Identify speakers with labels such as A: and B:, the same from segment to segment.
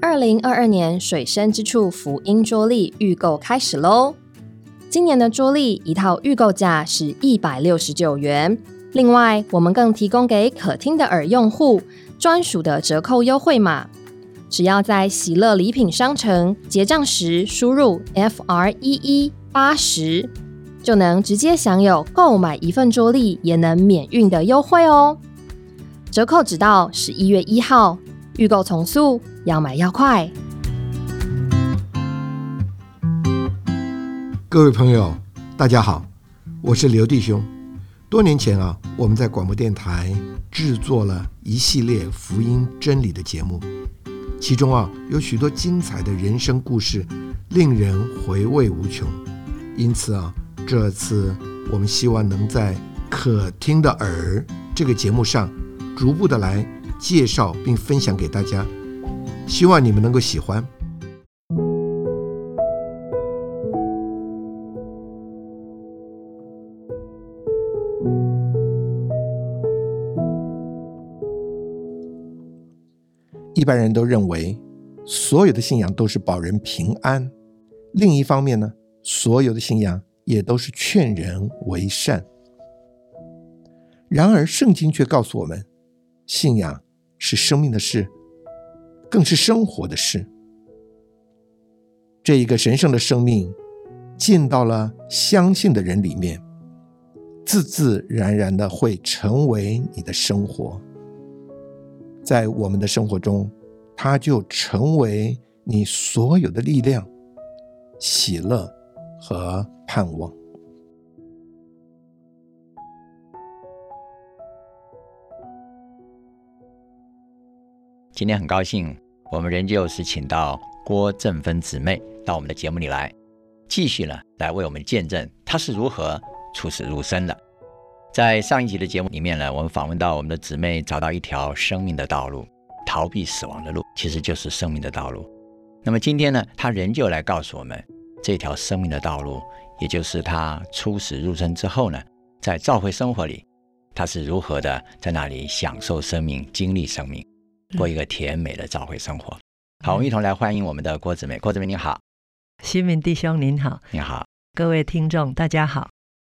A: 二零二二年水深之处福音桌历预购开始喽！今年的桌历一套预购价是一百六十九元，另外我们更提供给可听的耳用户专属的折扣优惠码，只要在喜乐礼品商城结账时输入 F R 一一八十，就能直接享有购买一份桌历也能免运的优惠哦。折扣只到十一月一号，预购从速，要买要快。
B: 各位朋友，大家好，我是刘弟兄。多年前啊，我们在广播电台制作了一系列福音真理的节目，其中啊有许多精彩的人生故事，令人回味无穷。因此啊，这次我们希望能在《可听的耳》这个节目上，逐步的来介绍并分享给大家，希望你们能够喜欢。一般人都认为所有的信仰都是保人平安，另一方面呢，所有的信仰也都是劝人为善。然而，圣经却告诉我们，信仰是生命的事，更是生活的事。这一个神圣的生命进到了相信的人里面，自自然然的会成为你的生活。在我们的生活中，它就成为你所有的力量、喜乐和盼望。
C: 今天很高兴，我们仍旧是请到郭正芬姊妹到我们的节目里来，继续呢来为我们见证她是如何出死入生的。在上一集的节目里面呢，我们访问到我们的姊妹找到一条生命的道路，逃避死亡的路，其实就是生命的道路。那么今天呢，她仍旧来告诉我们这条生命的道路，也就是她出死入生之后呢，在教会生活里，她是如何的在那里享受生命、经历生命。过一个甜美的教会生活。好，我们一同来欢迎我们的郭姊妹。郭姊妹，你好，
D: 新民弟兄您好，
C: 你好，
D: 各位听众大家好，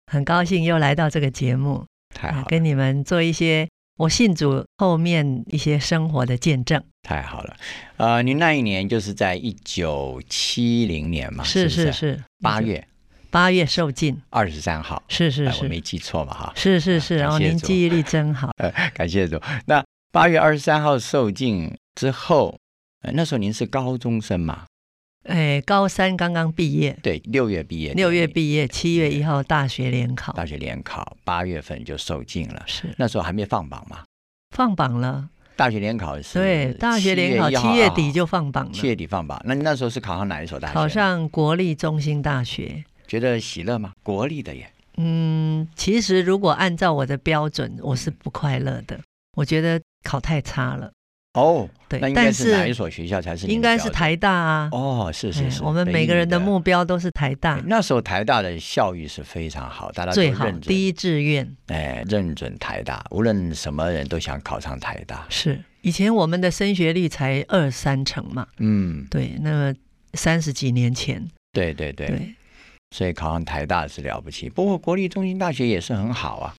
D: 很高兴又来到这个节目，
C: 太好
D: 啊
C: 了，
D: 跟你们做一些我信主后面一些生活的见证。
C: 太好了。呃，您那一年就是在一九七零年嘛，
D: 是
C: 啊是不
D: 是是，
C: 八月
D: 八月受尽，
C: 二十三号，
D: 是
C: 哎
D: 是
C: 我没
D: 是
C: 记错嘛哈。
D: 是是是，
C: 感
D: 哦，
C: 谢
D: 您
C: 主
D: 记忆力 真好。
C: 感谢主。那八月二十三号受尽之后、呃那时候您是高中生嘛？
D: 哎，高三刚刚毕业，
C: 哎对，六月毕业，
D: 六月毕业，七月一号大学联考
C: 大学联考，八月份就受尽了。
D: 是
C: 那时候还没放榜嘛？
D: 放榜了，
C: 大学联考是
D: 对，大学联考
C: 7 1号
D: 七月底就放榜
C: 七
D: 了，
C: 月底放榜。那你那时候是考上哪一所大学呢？
D: 考上国立中兴大学。
C: 觉得喜乐吗？国立的耶，
D: 嗯，其实如果按照我的标准，
C: 嗯
D: 我是不快乐的。我觉得考太差了，
C: 哦，
D: 对
C: 那应，该
D: 但
C: 是哪一
D: 是
C: 所学校才是你的
D: 应该是
C: 标准
D: 台大啊。
C: 哦，是是
D: 哎
C: 是，
D: 我们
C: 北
D: 每个
C: 影
D: 人的
C: 的
D: 目标都是台大
C: 哎那时候台大的校育是非常好，大家都
D: 最
C: 认
D: 好
C: 准，
D: 第一志愿
C: 哎，认准台大，无论什么人都想考上台大。
D: 是。以前我们的升学率才二三成嘛，
C: 嗯，
D: 对，那么三十几年前，
C: 对对对，
D: 对，
C: 所以考上台大是了不起。不过国立中心大学也是很好啊。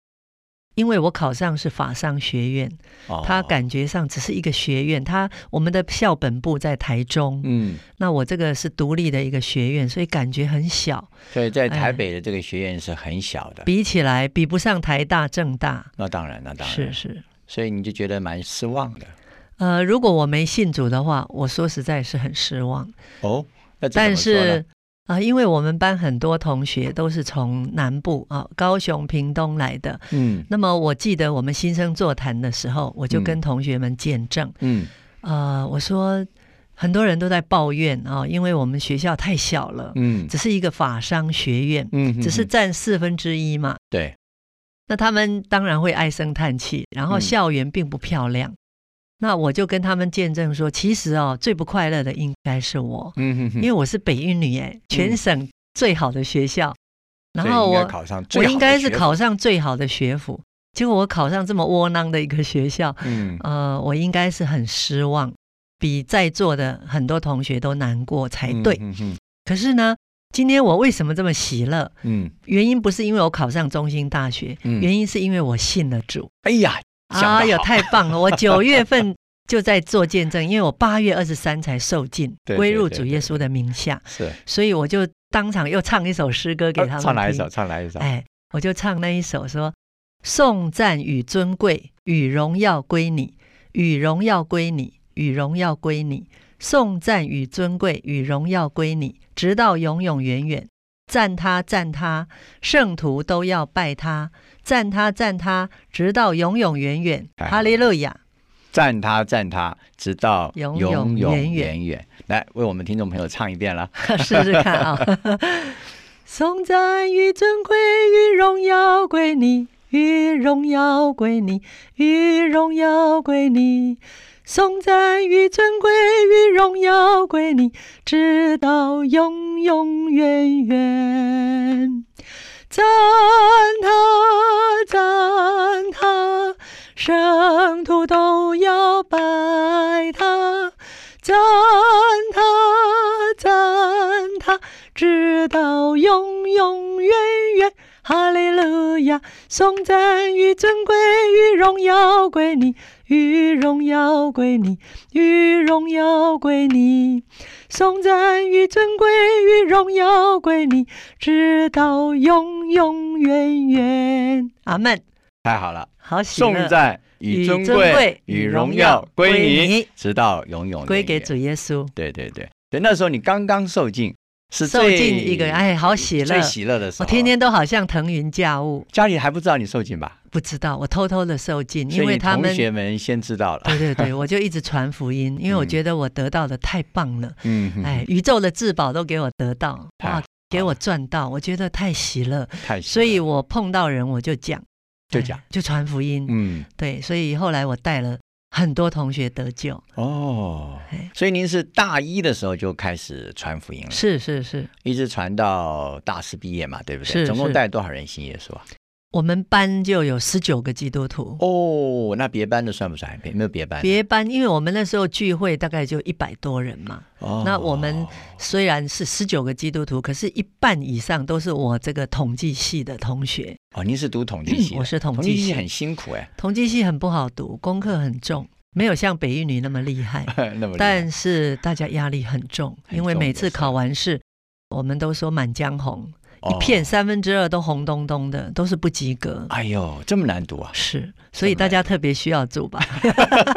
D: 因为我考上是法商学院，
C: 哦，
D: 它感觉上只是一个学院，它我们的校本部在台中，
C: 嗯，
D: 那我这个是独立的一个学院，所以感觉很小。
C: 所以在台
D: 哎
C: 北的这个学院是很小的。
D: 比起来比不上台大、政大，
C: 那当然，那当然
D: 是是。
C: 所以你就觉得蛮失望的。
D: 呃，如果我没信主的话，我说实在是很失望。
C: 哦，那这
D: 但
C: 怎么说呢
D: 是啊、因为我们班很多同学都是从南部啊、高雄、屏东来的，
C: 嗯
D: 那么我记得我们新生座谈的时候，我就
C: 嗯
D: 跟同学们见证，
C: 嗯，
D: 呃，我说很多人都在抱怨啊、因为我们学校太小了，
C: 嗯
D: 只是一个法商学院，
C: 嗯，
D: 只是
C: 嗯嗯
D: 占四分之一嘛，
C: 对，
D: 那他们当然会唉声叹气，然后
C: 嗯
D: 校园并不漂亮。那我就跟他们见证说，其实哦，最不快乐的应该是我，
C: 嗯哼哼
D: 因为我是北一女哎，全省最好的学校，然
C: 所
D: 后
C: 以应该
D: 我
C: 考上最
D: 我
C: 好的
D: 应该是
C: 学府，
D: 考上最好的学府，结果我考上这么窝囊的一个学校，
C: 嗯
D: 呃，我应该是很失望。比在座的很多同学都难过才对。
C: 嗯嗯
D: 可是呢，今天我为什么这么喜乐？
C: 嗯，
D: 原因不是因为我考上中兴大学，
C: 嗯
D: 原因是因为我信了主。
C: 哎呀，讲得好
D: 哎呦，太棒了！我九月份就在做见证，因为我八月二十三才受浸，
C: 对对
D: 归入
C: 对
D: 主
C: 对
D: 耶稣的名下，
C: 是
D: 所以我就当场又唱一首诗歌给他们、
C: 呃
D: 听。
C: 唱来一首，唱来一首，
D: 哎，我就唱那一首说：“颂赞与尊贵与荣耀归你，与荣耀归你，与荣耀归你，颂赞与尊贵与荣耀归你，直到永永远远。赞他，赞他，圣徒都要拜他，赞他，赞他，直到永永远远。
C: 太好了
D: 哈利路亚！
C: 赞他赞他，直到
D: 永
C: 永
D: 永
C: 永
D: 远
C: 远
D: 远
C: 远。来，为我们听众朋友唱一 遍了。
D: 试试看啊、 颂赞与尊贵与荣耀归你，与荣耀归你，与荣耀归你。颂赞与尊贵与荣耀归你，直到永永远远。赞他，赞他，圣徒都要拜他。赞他，赞他，直到永永远远。哈利路亚！颂赞与尊贵与荣耀归你，与荣耀归你，与荣耀归你。颂赞与尊贵与荣耀归你，直到永永远远。阿门。
C: 太好了，
D: 好喜乐，
C: 颂赞与尊
D: 与尊
C: 贵
D: 贵
C: 与荣耀
D: 归
C: 归
D: 你
C: 你，直到永永远远
D: 归给主。耶稣。
C: 对对对，对，那时候你刚刚受尽，是
D: 受
C: 最
D: 尽一个哎好喜乐
C: 最喜乐的时
D: 我
C: 候。啊
D: 天天都好像腾云驾雾，
C: 家里还不知道你受尽吧？
D: 不知道我偷偷的受尽，因
C: 所以
D: 为
C: 你
D: 他
C: 同
D: 们
C: 学们先知道了。
D: 对对对，我就一直传福音，因为我
C: 嗯
D: 觉得我得到的太棒了，
C: 嗯，哼
D: 哎，，宇宙的至宝都给我得到，
C: 太好
D: 哇
C: 了，
D: 给我赚到，我觉得太喜乐，
C: 太喜乐
D: 所以我碰到人我就讲，
C: 就
D: 哎
C: 讲，
D: 就传福音，
C: 嗯
D: 对，所以后来我带了很多同学得救，
C: 哦
D: 哎，
C: 所以您是大一的时候就开始传福音了，
D: 是是是，
C: 一直传到大四毕业嘛，对不对？
D: 是
C: 总
D: 是
C: 共带多少人信耶稣啊？
D: 我们班就有十九个基督徒。
C: 哦，那别班的算不算？有没有别班的？
D: 别班，因为我们那时候聚会大概就一百多人嘛，
C: 哦
D: 那我们虽然是十九个基督徒，可是一半以上都是我这个统计系的同学。
C: 哦，您是读统计系的，
D: 我是统
C: 统
D: 计系
C: 系很辛苦哎，，
D: 统计系很不好读，功课很重，没有像北一女那么厉害
C: 那么厉害
D: 但是大家压力很重，
C: 很重
D: 因为每次考完试，我们都说《满江红》，一片，
C: 哦
D: 三分之二都红咚咚的，都是不及格。
C: 哎呦，这么难读啊，
D: 是，所以大家特别需要主 吧，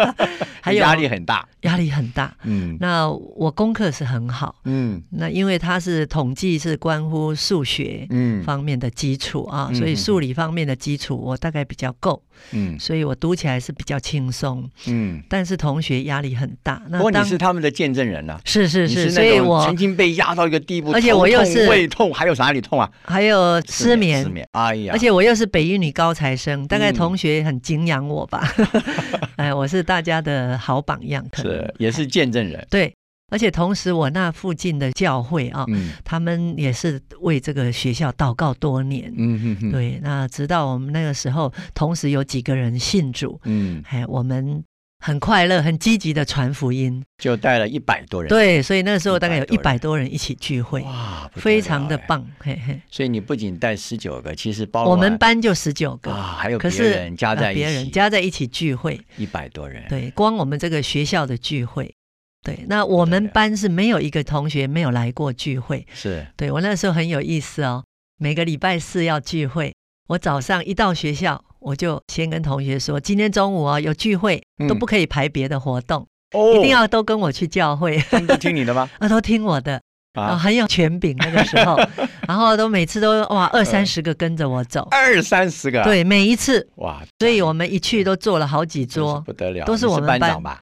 D: 还有
C: 压力很大，
D: 压力很大。
C: 嗯
D: 那我功课是很好，
C: 嗯
D: 那因为它是统计，是关乎数学
C: 嗯
D: 方面的基础啊，
C: 嗯
D: 所以
C: 嗯
D: 数理方面的基础我大概比较够，
C: 嗯
D: 所以我读起来是比较轻松，
C: 嗯，
D: 但是同学压力很大。那
C: 不过你
D: 当
C: 是他们的见证人啊呐，
D: 是是
C: 你
D: 是，
C: 是
D: 所
C: 那
D: 以
C: 种
D: 我
C: 曾经被压到一个地步，
D: 而且
C: 头
D: 我又
C: 痛
D: 是
C: 胃痛，还有哪里痛啊？
D: 还有失眠。
C: 失眠，哎呀，
D: 而且我又是北一女高材生，大概
C: 嗯
D: 同学很敬仰我吧。 哎，我是大家的好榜样，可能
C: 是也是见证人，
D: 对。而且同时，我那附近的教会啊，
C: 嗯
D: 他们也是为这个学校祷告多年。
C: 嗯嗯，嗯
D: 对，那直到我们那个时候，同时有几个人信主，
C: 嗯，
D: 哎，我们很快乐、很积极的传福音。
C: 就带了一百多人，
D: 对，所以那时候大概有
C: 100
D: 一
C: 多
D: 百
C: 人
D: 多人一起聚会，
C: 哇，不得
D: 非常
C: 了
D: 的
C: 哎。
D: 棒。嘿嘿，
C: 所以你不仅带十九个，其实包括
D: 我们班就十九个，
C: 啊，还有别
D: 可是
C: 人加在
D: 呃
C: 一起，
D: 别人加在一起聚会，
C: 一百多人，，
D: 对，光我们这个学校的聚会。对，那我们班是没有一个同学没有来过聚会。
C: 是
D: 对我那时候很有意思哦，每个礼拜四要聚会，我早上一到学校，我就先跟同学说，今天中午哦有聚会，
C: 嗯
D: 都不可以排别的活动，
C: 哦
D: 一定要都跟我去教会，
C: 他们都听你的 吗？
D: 啊都听我的，啊、
C: 啊，
D: 很有权柄那个时 候，然后都每次都
C: 嗯
D: 哇二三十个跟着我走，
C: 二三十个，，啊
D: 对每一次，
C: 哇，
D: 所以我们一去都坐了好几
C: 真是
D: 桌。
C: 不得了，
D: 都是
C: 是
D: 我们
C: 班
D: 班
C: 长吧？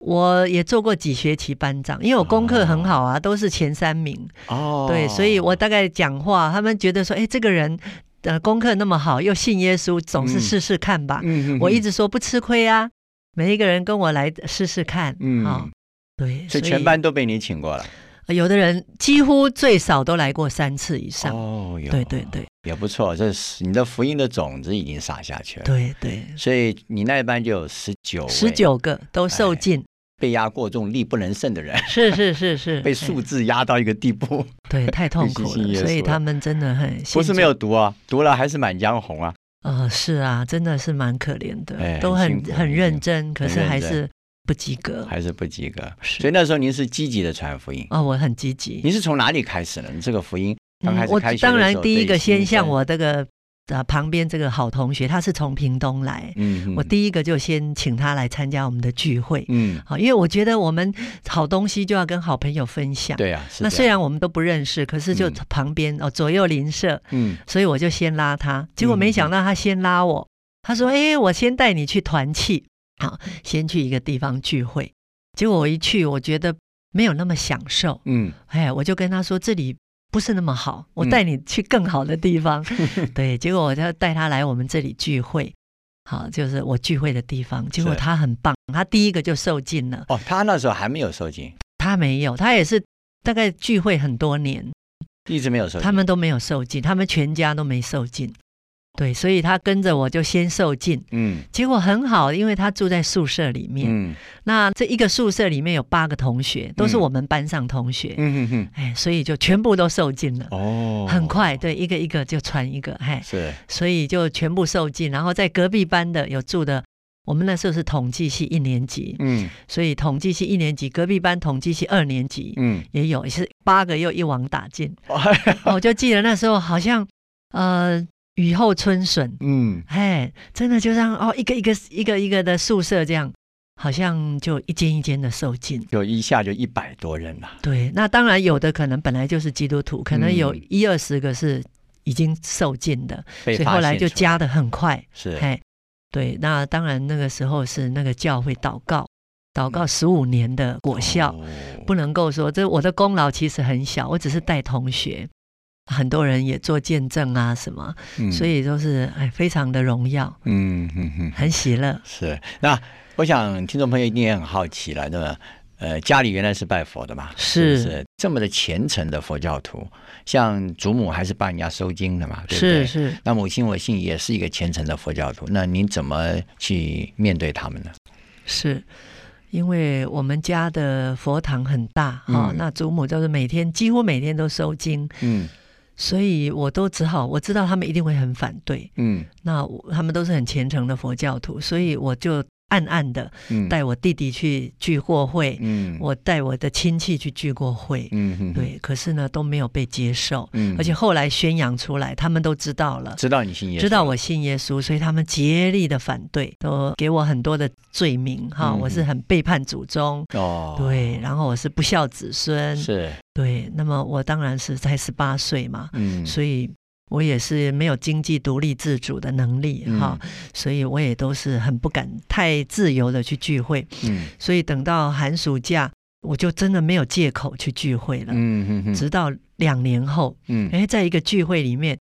D: 我也做过几学期班长，因为我功课很好啊，都是前三名。
C: 哦，
D: 对，所以我大概讲话，他们觉得说，哎，这个人呃功课那么好，又信耶稣，总是
C: 嗯
D: 试试看吧。
C: 嗯，嗯
D: 我一，
C: 嗯
D: 直说不吃亏啊，每一个人跟我来试试看。
C: 嗯
D: 啊、对，
C: 所以全班都被你请过了，
D: 呃有的人几乎最少都来过三次以上。
C: 哦，哟
D: 对对，对
C: 也不错，这是你的福音的种子已经哎撒下去了，，
D: 对对，
C: 所以你那一班就有十九，
D: 十，九个都受
C: 哎
D: 尽，
C: 被压过重、力不能胜的 人，
D: 是是是 是，
C: 被数字压到一个地 步，
D: 对太痛苦
C: 被信心
D: 了，
C: 耶
D: 所以
C: 稣
D: 他们真的很
C: 不是没有读啊，读了还是《满江红》啊，
D: 呃，是啊，真的是蛮可怜的，
C: 哎
D: 都
C: 很
D: 很
C: 辛苦
D: 很
C: 很
D: 认
C: 辛
D: 真，可
C: 很
D: 是
C: 认
D: 还
C: 真
D: 是不及格
C: 还是不及格。
D: 是
C: 所以那时候您是积极的传福音，
D: 啊、我很积极。嗯
C: 您是从哪里开始呢？你这个福音刚开始
D: 我
C: 开学的时候
D: 当然第一个先向，
C: 对
D: 我这个呃旁边这个好同学，他是从屏东来，
C: 新生嗯，
D: 我
C: 嗯
D: 第一个就先请他来参加我们的聚会，哦
C: 嗯，
D: 好、因为我觉得我们好东西就要跟好朋友分享。
C: 对啊，是
D: 那
C: 这
D: 虽
C: 样
D: 然我们都不认识，可是就
C: 嗯
D: 旁边、哦左右邻舍，
C: 嗯
D: 所以我就先拉他，结果
C: 嗯
D: 没想到他先拉我，他说：“哎、我先带你去团契，好，先去一个地方聚会。”结果我一去，我觉得没有那么享受，
C: 嗯
D: 哎，我就跟他说这里不是那么好，我
C: 嗯
D: 带你去更好的 地方。对，结果我就带他来我们这里聚会，好，就是我聚会的地方。结果
C: 是
D: 他很棒，他第一个就受尽了。
C: 哦，他那时候还没有受精，
D: 他没有，他也是大概聚会很多年，
C: 一直没有受精，
D: 他们都没有受尽，他们全家都没受尽。对，所以他跟着我就先受尽，
C: 嗯
D: 结果很好，因为他住在宿舍里面。
C: 嗯
D: 那这一个宿舍里面有八个同学，都是
C: 嗯
D: 我们班上同学，
C: 嗯嗯
D: 哎，所以就全部都受尽了。
C: 嗯，哦，
D: 很快，对，一个一个就传一个，嘿，
C: 是
D: 所以就全部受尽。然后在隔壁班的有住的，我们那时候是统计系一年级，
C: 嗯
D: 所以统计系一年级，隔壁班统计系二年级
C: 嗯，
D: 也有，是八个又一网打尽。
C: 哦
D: 我就记得那时候好像，呃，雨后春笋，
C: 嗯
D: 嘿，真的就像哦，一个一个一个一个的宿舍这样，好像就一间一间的受尽。
C: 就一下就一百多人啊了，
D: 对，那当然有的可能本来就是基督徒，可能有
C: 嗯
D: 一二十个是已经受尽的，
C: 被
D: 所以
C: 发
D: 后来
C: 现
D: 就
C: 出
D: 加的很快，
C: 是
D: 哎，对，那当然那个时候是那个教会祷告，祷
C: 嗯
D: 告十五年的果效，
C: 哦
D: 不能够说这我的功劳其实很小，我只是带同学，很多人也做见证啊什么，
C: 嗯
D: 所以都是哎非常的荣耀，
C: 嗯嗯嗯
D: 很喜乐。
C: 是那我想听众朋友一定也很好奇了，那么。呃，家里原来是拜佛的嘛，
D: 是
C: 不是这么的虔诚的佛教徒，像祖母还是帮人家收经的嘛，对不
D: 是
C: 对？
D: 是，
C: 那母亲我信也是一个虔诚的佛教徒，那您怎么去面对他们呢？
D: 是因为我们家的佛堂很大哈、
C: 嗯
D: 那祖母就是每天几乎每天都收经，
C: 嗯
D: 所以我都只好我知道他们一定会很反对，
C: 嗯
D: 那我他们都是很虔诚的佛教徒，所以我就暗暗的
C: 嗯，
D: 带我弟弟去聚过会，
C: 嗯
D: 我带我的亲戚去聚过会，
C: 嗯嗯
D: 对，可是呢都没有被接受，
C: 嗯
D: 而且后来宣扬出来，他们都知道了。
C: 知道你信耶稣，
D: 知道我信耶稣，所以他们竭力的反对，都给我很多的罪名哈，
C: 嗯
D: 我是很背叛祖宗，
C: 哦，
D: 对，然后我是不孝子孙，
C: 是
D: 对，那么我当然是才十八岁嘛，
C: 嗯
D: 所以我也是没有经济独立自主的能力
C: 嗯
D: 哈、所以我也都是很不敢太自由的去聚会，
C: 嗯
D: 所以等到寒暑假，我就真的没有借口去聚会了。
C: 嗯嗯
D: 直到两年后，
C: 嗯嗯
D: 哎，在一个聚会里面，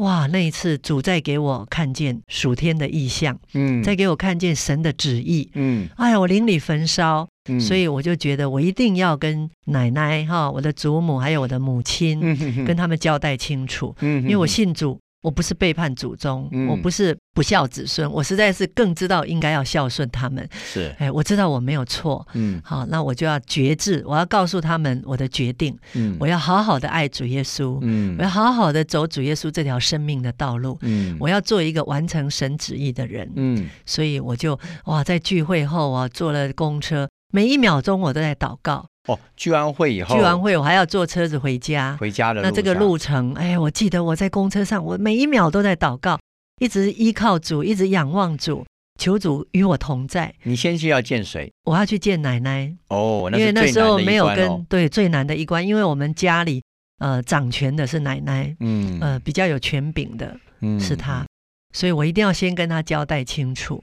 D: 哇，那一次主再给我看见属天的意象，
C: 嗯
D: 再给我看见神的旨意。
C: 嗯
D: 哎呀，我灵里焚烧，
C: 嗯，
D: 所以我就觉得我一定要跟奶奶哈、我的祖母还有我的母亲，
C: 嗯哼哼
D: 跟他们交代清楚。
C: 嗯哼哼，
D: 因为我信主，我不是背叛祖宗，
C: 嗯
D: 我不是不孝子孙，我实在是更知道应该要孝顺他们。
C: 是
D: 哎，我知道我没有错，
C: 嗯
D: 好，那我就要觉知，我要告诉他们我的决定，
C: 嗯
D: 我要好好的爱主耶稣，
C: 嗯
D: 我要好好的走主耶稣这条生命的道路。
C: 嗯
D: 我要做一个完成神旨意的人，
C: 嗯
D: 所以我就哇，在聚会后啊，坐了公车，每一秒钟我都在祷告。
C: 哦，聚完会以后，
D: 聚完会，我还要坐车子回家，
C: 回家的
D: 那这个
C: 上
D: 路程，哎，我记得我在公车上，我每一秒都在祷告，一直依靠主，一直仰望主，求主与我同在。
C: 你先去要见谁？
D: 我要去见奶奶，
C: 哦，
D: 因为
C: 是
D: 那
C: 最
D: 时
C: 难
D: 候
C: 的一
D: 没有
C: 关
D: 跟、
C: 哦
D: 对最难的一关，因为我们家里呃掌权的是奶奶，
C: 嗯
D: 呃比较有权柄的
C: 嗯
D: 是她，所以我一定要先跟她交代清楚。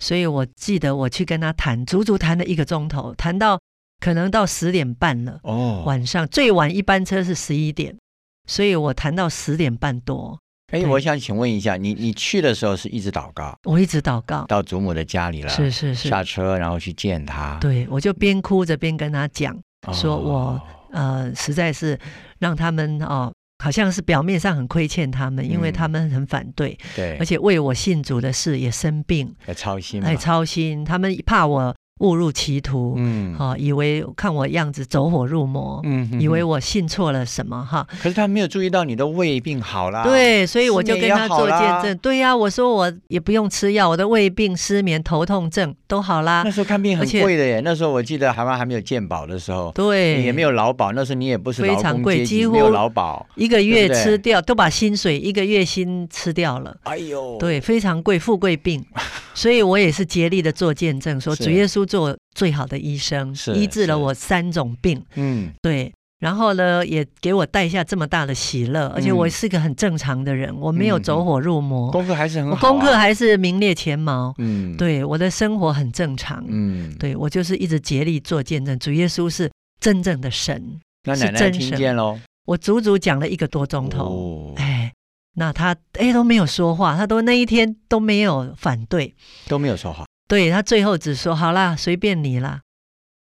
D: 所以我记得我去跟她谈，足足谈了一个钟头，谈到可能到十点半了。
C: 哦，
D: 晚上最晚一班车是十一点，所以我谈到十点半多，
C: 哎，
D: 对
C: 我想请问一下，你你去的时候是一直祷告
D: 我一直祷告。
C: 到祖母的家里了，
D: 是是是，
C: 下车然后去见她，
D: 对我就
C: 嗯
D: 边哭着边跟他讲，
C: 哦，
D: 说我呃，实在是让他们哦，好像是表面上很亏欠他们，因为
C: 嗯
D: 他们很反对，
C: 对，
D: 而且为我信主的事也生病，
C: 哎且
D: 哎
C: 操心嘛，啊
D: 还操心，他们怕我误入歧途，
C: 嗯，
D: 哈、以为看我样子走火入魔，
C: 嗯，嗯
D: 以为
C: 嗯
D: 我信错了什么哈。
C: 可是他没有注意到你的胃病好啦，，
D: 对，所以我就跟他
C: 啊
D: 做
C: 失眠也好
D: 见
C: 啦
D: 证。对呀、我说我也不用吃药，我的胃病、失眠、头痛症都 好啦
C: 那。时候看病
D: 啊而
C: 很
D: 且
C: 贵的耶，那时候我记得台湾还没有健保的时候，
D: 对，
C: 你也没有劳保，那时候你也不是
D: 非
C: 劳
D: 常
C: 工
D: 贵
C: 阶级，
D: 几乎
C: 没有劳保，
D: 一个
C: 对
D: 月
C: 不对
D: 吃掉，都把薪水一个月薪吃掉了。
C: 哎呦，，
D: 对，非常贵，富 贵病，所以我也是竭力的做见证，说
C: 是
D: 主耶稣做最好的医生，
C: 是
D: 医治了
C: 是
D: 我三种病，
C: 嗯，
D: 对，然后呢，也给我带下这么大的喜乐，而且我是个很正常的人，我没有走火入魔，
C: 嗯功课还是很
D: 我
C: 好、啊，
D: 功课，还是名列前茅，
C: 嗯，，
D: 对，我的生活很正常，
C: 嗯，。
D: 对我就是一直竭力做见证，主耶稣是真正的神，
C: 那
D: 是
C: 奶奶
D: 真
C: 听
D: 神
C: 见喽，
D: 我足足讲了一个多钟头，
C: 哦
D: 哎，那他哎都没有说话，他都那一天都没有反对，
C: 都没有说话，
D: 对他最后只说好啦，随便你啦。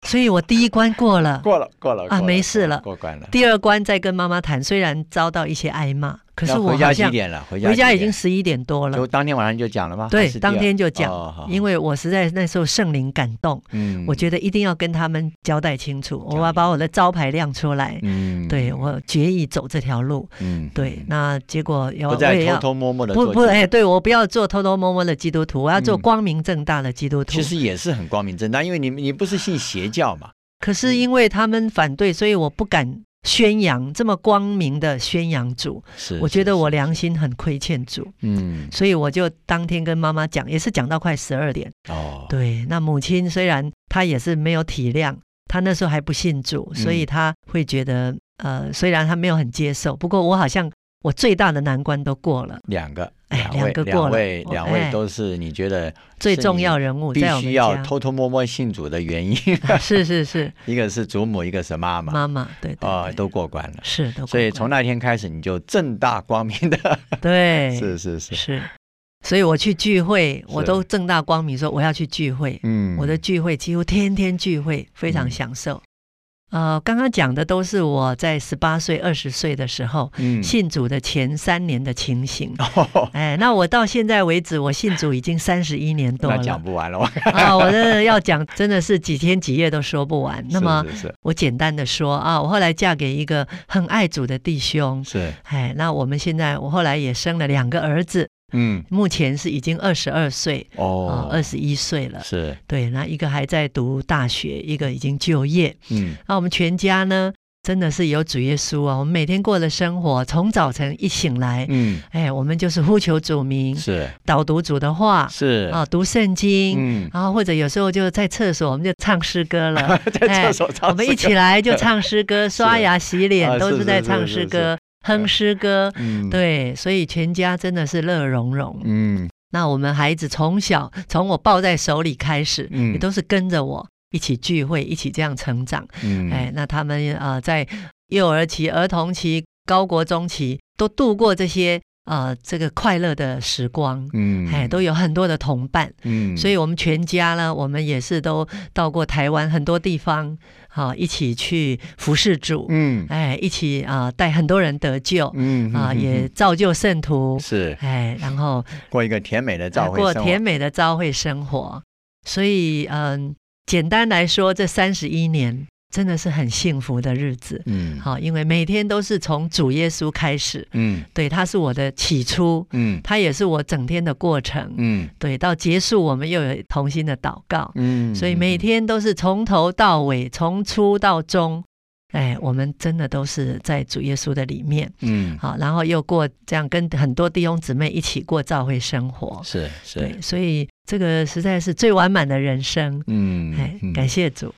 D: 所以我第一关过了，
C: 过了，过了
D: 啊
C: 过
D: 没事
C: 过
D: 了
C: 过关了。
D: 第二关再跟妈妈谈，虽然遭到一些挨骂，可是
C: 那
D: 我
C: 回
D: 好
C: 家几
D: 像
C: 点了？回家
D: 回家
C: 几
D: 已经
C: 点
D: 十一点多
C: 就
D: 了。
C: 当天晚上就讲了吗？还
D: 对
C: 是，第
D: 当
C: 二
D: 天就讲，
C: 哦好
D: 因为我实在那时候圣灵感动，
C: 嗯
D: 我觉得一定要跟他们交代清楚，
C: 交
D: 我
C: 代
D: 要把我的招牌亮出来。
C: 嗯
D: 对，我决意走这条路。
C: 嗯
D: 对，那结果要
C: 不
D: 我也
C: 再
D: 要
C: 偷偷摸摸的
D: 不
C: 做，
D: 不，哎、，对我不要做偷偷摸摸的基督徒，我要做
C: 嗯
D: 光明正大的基督徒。
C: 其实也是很光明正大，因为你你不是信邪教嘛，
D: 可是
C: 嗯
D: 因为他们反对，所以我不敢宣扬这么光明的宣扬主。
C: 是
D: 我觉
C: 是
D: 得我
C: 是
D: 良心很亏欠主，
C: 嗯
D: 所以我就当天跟妈妈讲，也是讲到快十二点。
C: 哦
D: 对，那母亲虽然她也是没有体谅，她那时候还不信主，所以
C: 嗯
D: 她会觉得，呃，虽然她没有很接受，不过我好像我最大的难关都过了。
C: 两个
D: 哎
C: 两
D: 两
C: 位
D: 个
C: 两
D: 过了
C: 位
D: 我
C: 两位
D: 哎
C: 都是你觉得
D: 最
C: 是
D: 重
C: 你
D: 要人物
C: 必
D: 在我们
C: 须
D: 家
C: 要，偷偷摸摸信主的原因，
D: 是是是，
C: 一个是祖母，一个是 妈妈，
D: 妈妈对对
C: 啊
D: 对
C: 都过关了。
D: 是都过关，
C: 所以从那天开始，你就正大光明的，
D: 对
C: 是是是，
D: 是，所以我去聚会，
C: 是
D: 我都正大光明说我要去聚会。
C: 嗯，
D: 我的聚会几乎天天聚会，非常
C: 嗯
D: 享受。呃，刚刚讲的都是我在十八岁、二十岁的时候、
C: 嗯， 哦
D: 信主的前三年的情形。哎，那我到现在为止，我信主已经三十一年多
C: 那讲
D: 了
C: 不完了，我
D: 啊！我真的要讲，真的是几天几夜都说 不完。那么
C: 是是
D: 我简单的说啊，我后来嫁给一个很爱主的弟兄，
C: 是，是
D: 哎，那我们现在我后来也生了两个儿子，
C: 嗯，
D: 目前是已经二十二岁啊
C: 哦，，
D: 二十一岁了。
C: 是，嗯
D: 对，那一个还在读大学，一个已经就业。
C: 嗯，
D: 那我们全家呢，真的是有主耶稣啊！我们每天过的生活，从早晨一醒来，
C: 嗯，
D: 哎，我们就是呼求主名，
C: 是
D: 导读主的话
C: 是，
D: 啊，读圣经。
C: 嗯，
D: 然后或者有时候就在厕所，我们就唱诗歌了。
C: 在厕所唱诗歌，
D: 啊哎我们一起来就唱诗歌，刷牙洗脸
C: 啊
D: 都
C: 是
D: 是
C: 是
D: 在
C: 是
D: 唱
C: 是
D: 诗
C: 是
D: 歌、哼诗歌。
C: 嗯，，
D: 对，所以全家真的是乐融融。
C: 嗯，
D: 那我们孩子从小从我抱在手里开始，
C: 嗯
D: 也都是跟着我一起聚会，一起这样成长。
C: 嗯，
D: 哎，那他们呃，在幼儿期、儿童期、高国中期都度过这些呃这个快乐的时光。
C: 嗯，
D: 哎，都有很多的同伴，
C: 嗯，
D: 所以我们全家呢，我们也是都到过台湾很多地方，好、一起去服侍主，
C: 嗯，
D: 哎，一起啊、带很多人得救，
C: 嗯
D: 啊、也造就圣徒，
C: 是
D: 哎，然后
C: 过一个甜美的照会
D: 哎过
C: 生活
D: 甜美的朝会生活。所以，嗯，简单来说，这三十一年真的是很幸福的日子。
C: 嗯，，
D: 好，因为每天都是从主耶稣开始，
C: 嗯
D: 对，他是我的起初，
C: 嗯
D: 他也是我整天的过程，
C: 嗯
D: 对，到结束我们又有同心的祷告，
C: 嗯，
D: 所以每天都是从头到尾，从初到终，哎，我们真的都是在主耶稣的里面，
C: 嗯
D: 好，然后又过这样跟很多弟兄姊妹一起过教会生活，
C: 是是
D: 对，所以这个实在是最完满的人生。哎
C: 嗯，嗯，
D: 感谢主，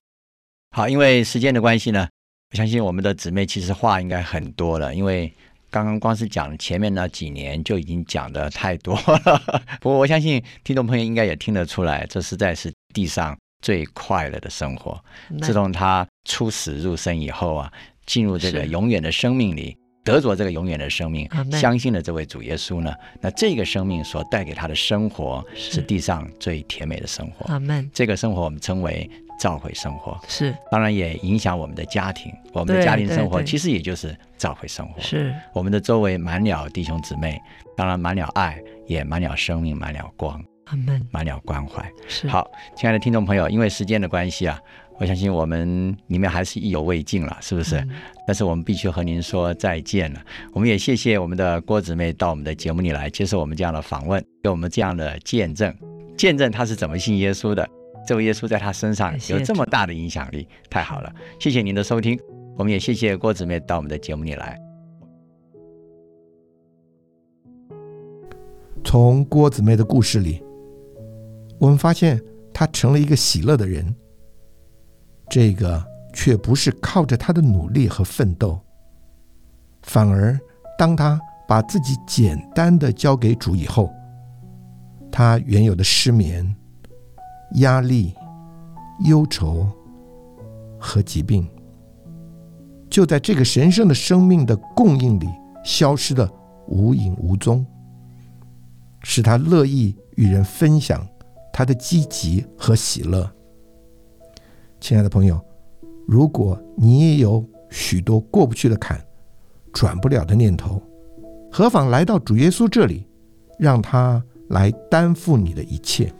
C: 好，因为时间的关系呢，我相信我们的姊妹其实话应该很多了，因为刚刚光是讲前面那几年就已经讲的太多了。 不过我相信听众朋友应该也听得出来，这实在是地上最快乐的生活。
D: 那
C: 自从他出死入生以后啊，进入这个
D: 是啊
C: 永远的生命里。得着这个永远的生命，
D: Amen
C: 相信了这位主耶稣呢，那这个生命所带给他的生活是
D: 是啊
C: 地上最甜美的生活。
D: 阿门
C: 这个生活我们称为召回生活。
D: 是
C: 当然也影响我们的家庭，我们的
D: 对
C: 家庭
D: 对
C: 生活
D: 对
C: 其实也就是召回生活。
D: 是
C: 我们的周围满了弟兄姊妹，当然满了爱，也满了生命，满了光。
D: 阿门。
C: 满了关怀。
D: 是，
C: 好，亲爱的听众朋友，因为时间的关系啊，我相信我们里面还是意犹未尽了，是不是？
D: 嗯
C: 但是我们必须和您说再见了。我们也谢谢我们的郭姊妹到我们的节目里来接受我们这样的访问，给我们这样的见证，见证她是怎么信耶稣的，这位耶稣在她身上
D: 感谢
C: 有这么
D: 主
C: 大的影响力，太好了！谢谢您的收听，我们也谢谢郭姊妹到我们的节目里来。
B: 从郭姊妹的故事里，我们发现她成了一个喜乐的人。这个却不是靠着她的努力和奋斗，反而当她把自己简单的交给主以后，她原有的失眠、压力、忧愁和疾病，就在这个神圣的生命的供应里消失的无影无踪。使他乐意与人分享他的积极和喜乐。亲爱的朋友，如果你也有许多过不去的坎、转不了的念头，何妨来到主耶稣这里，让他来担负你的一切。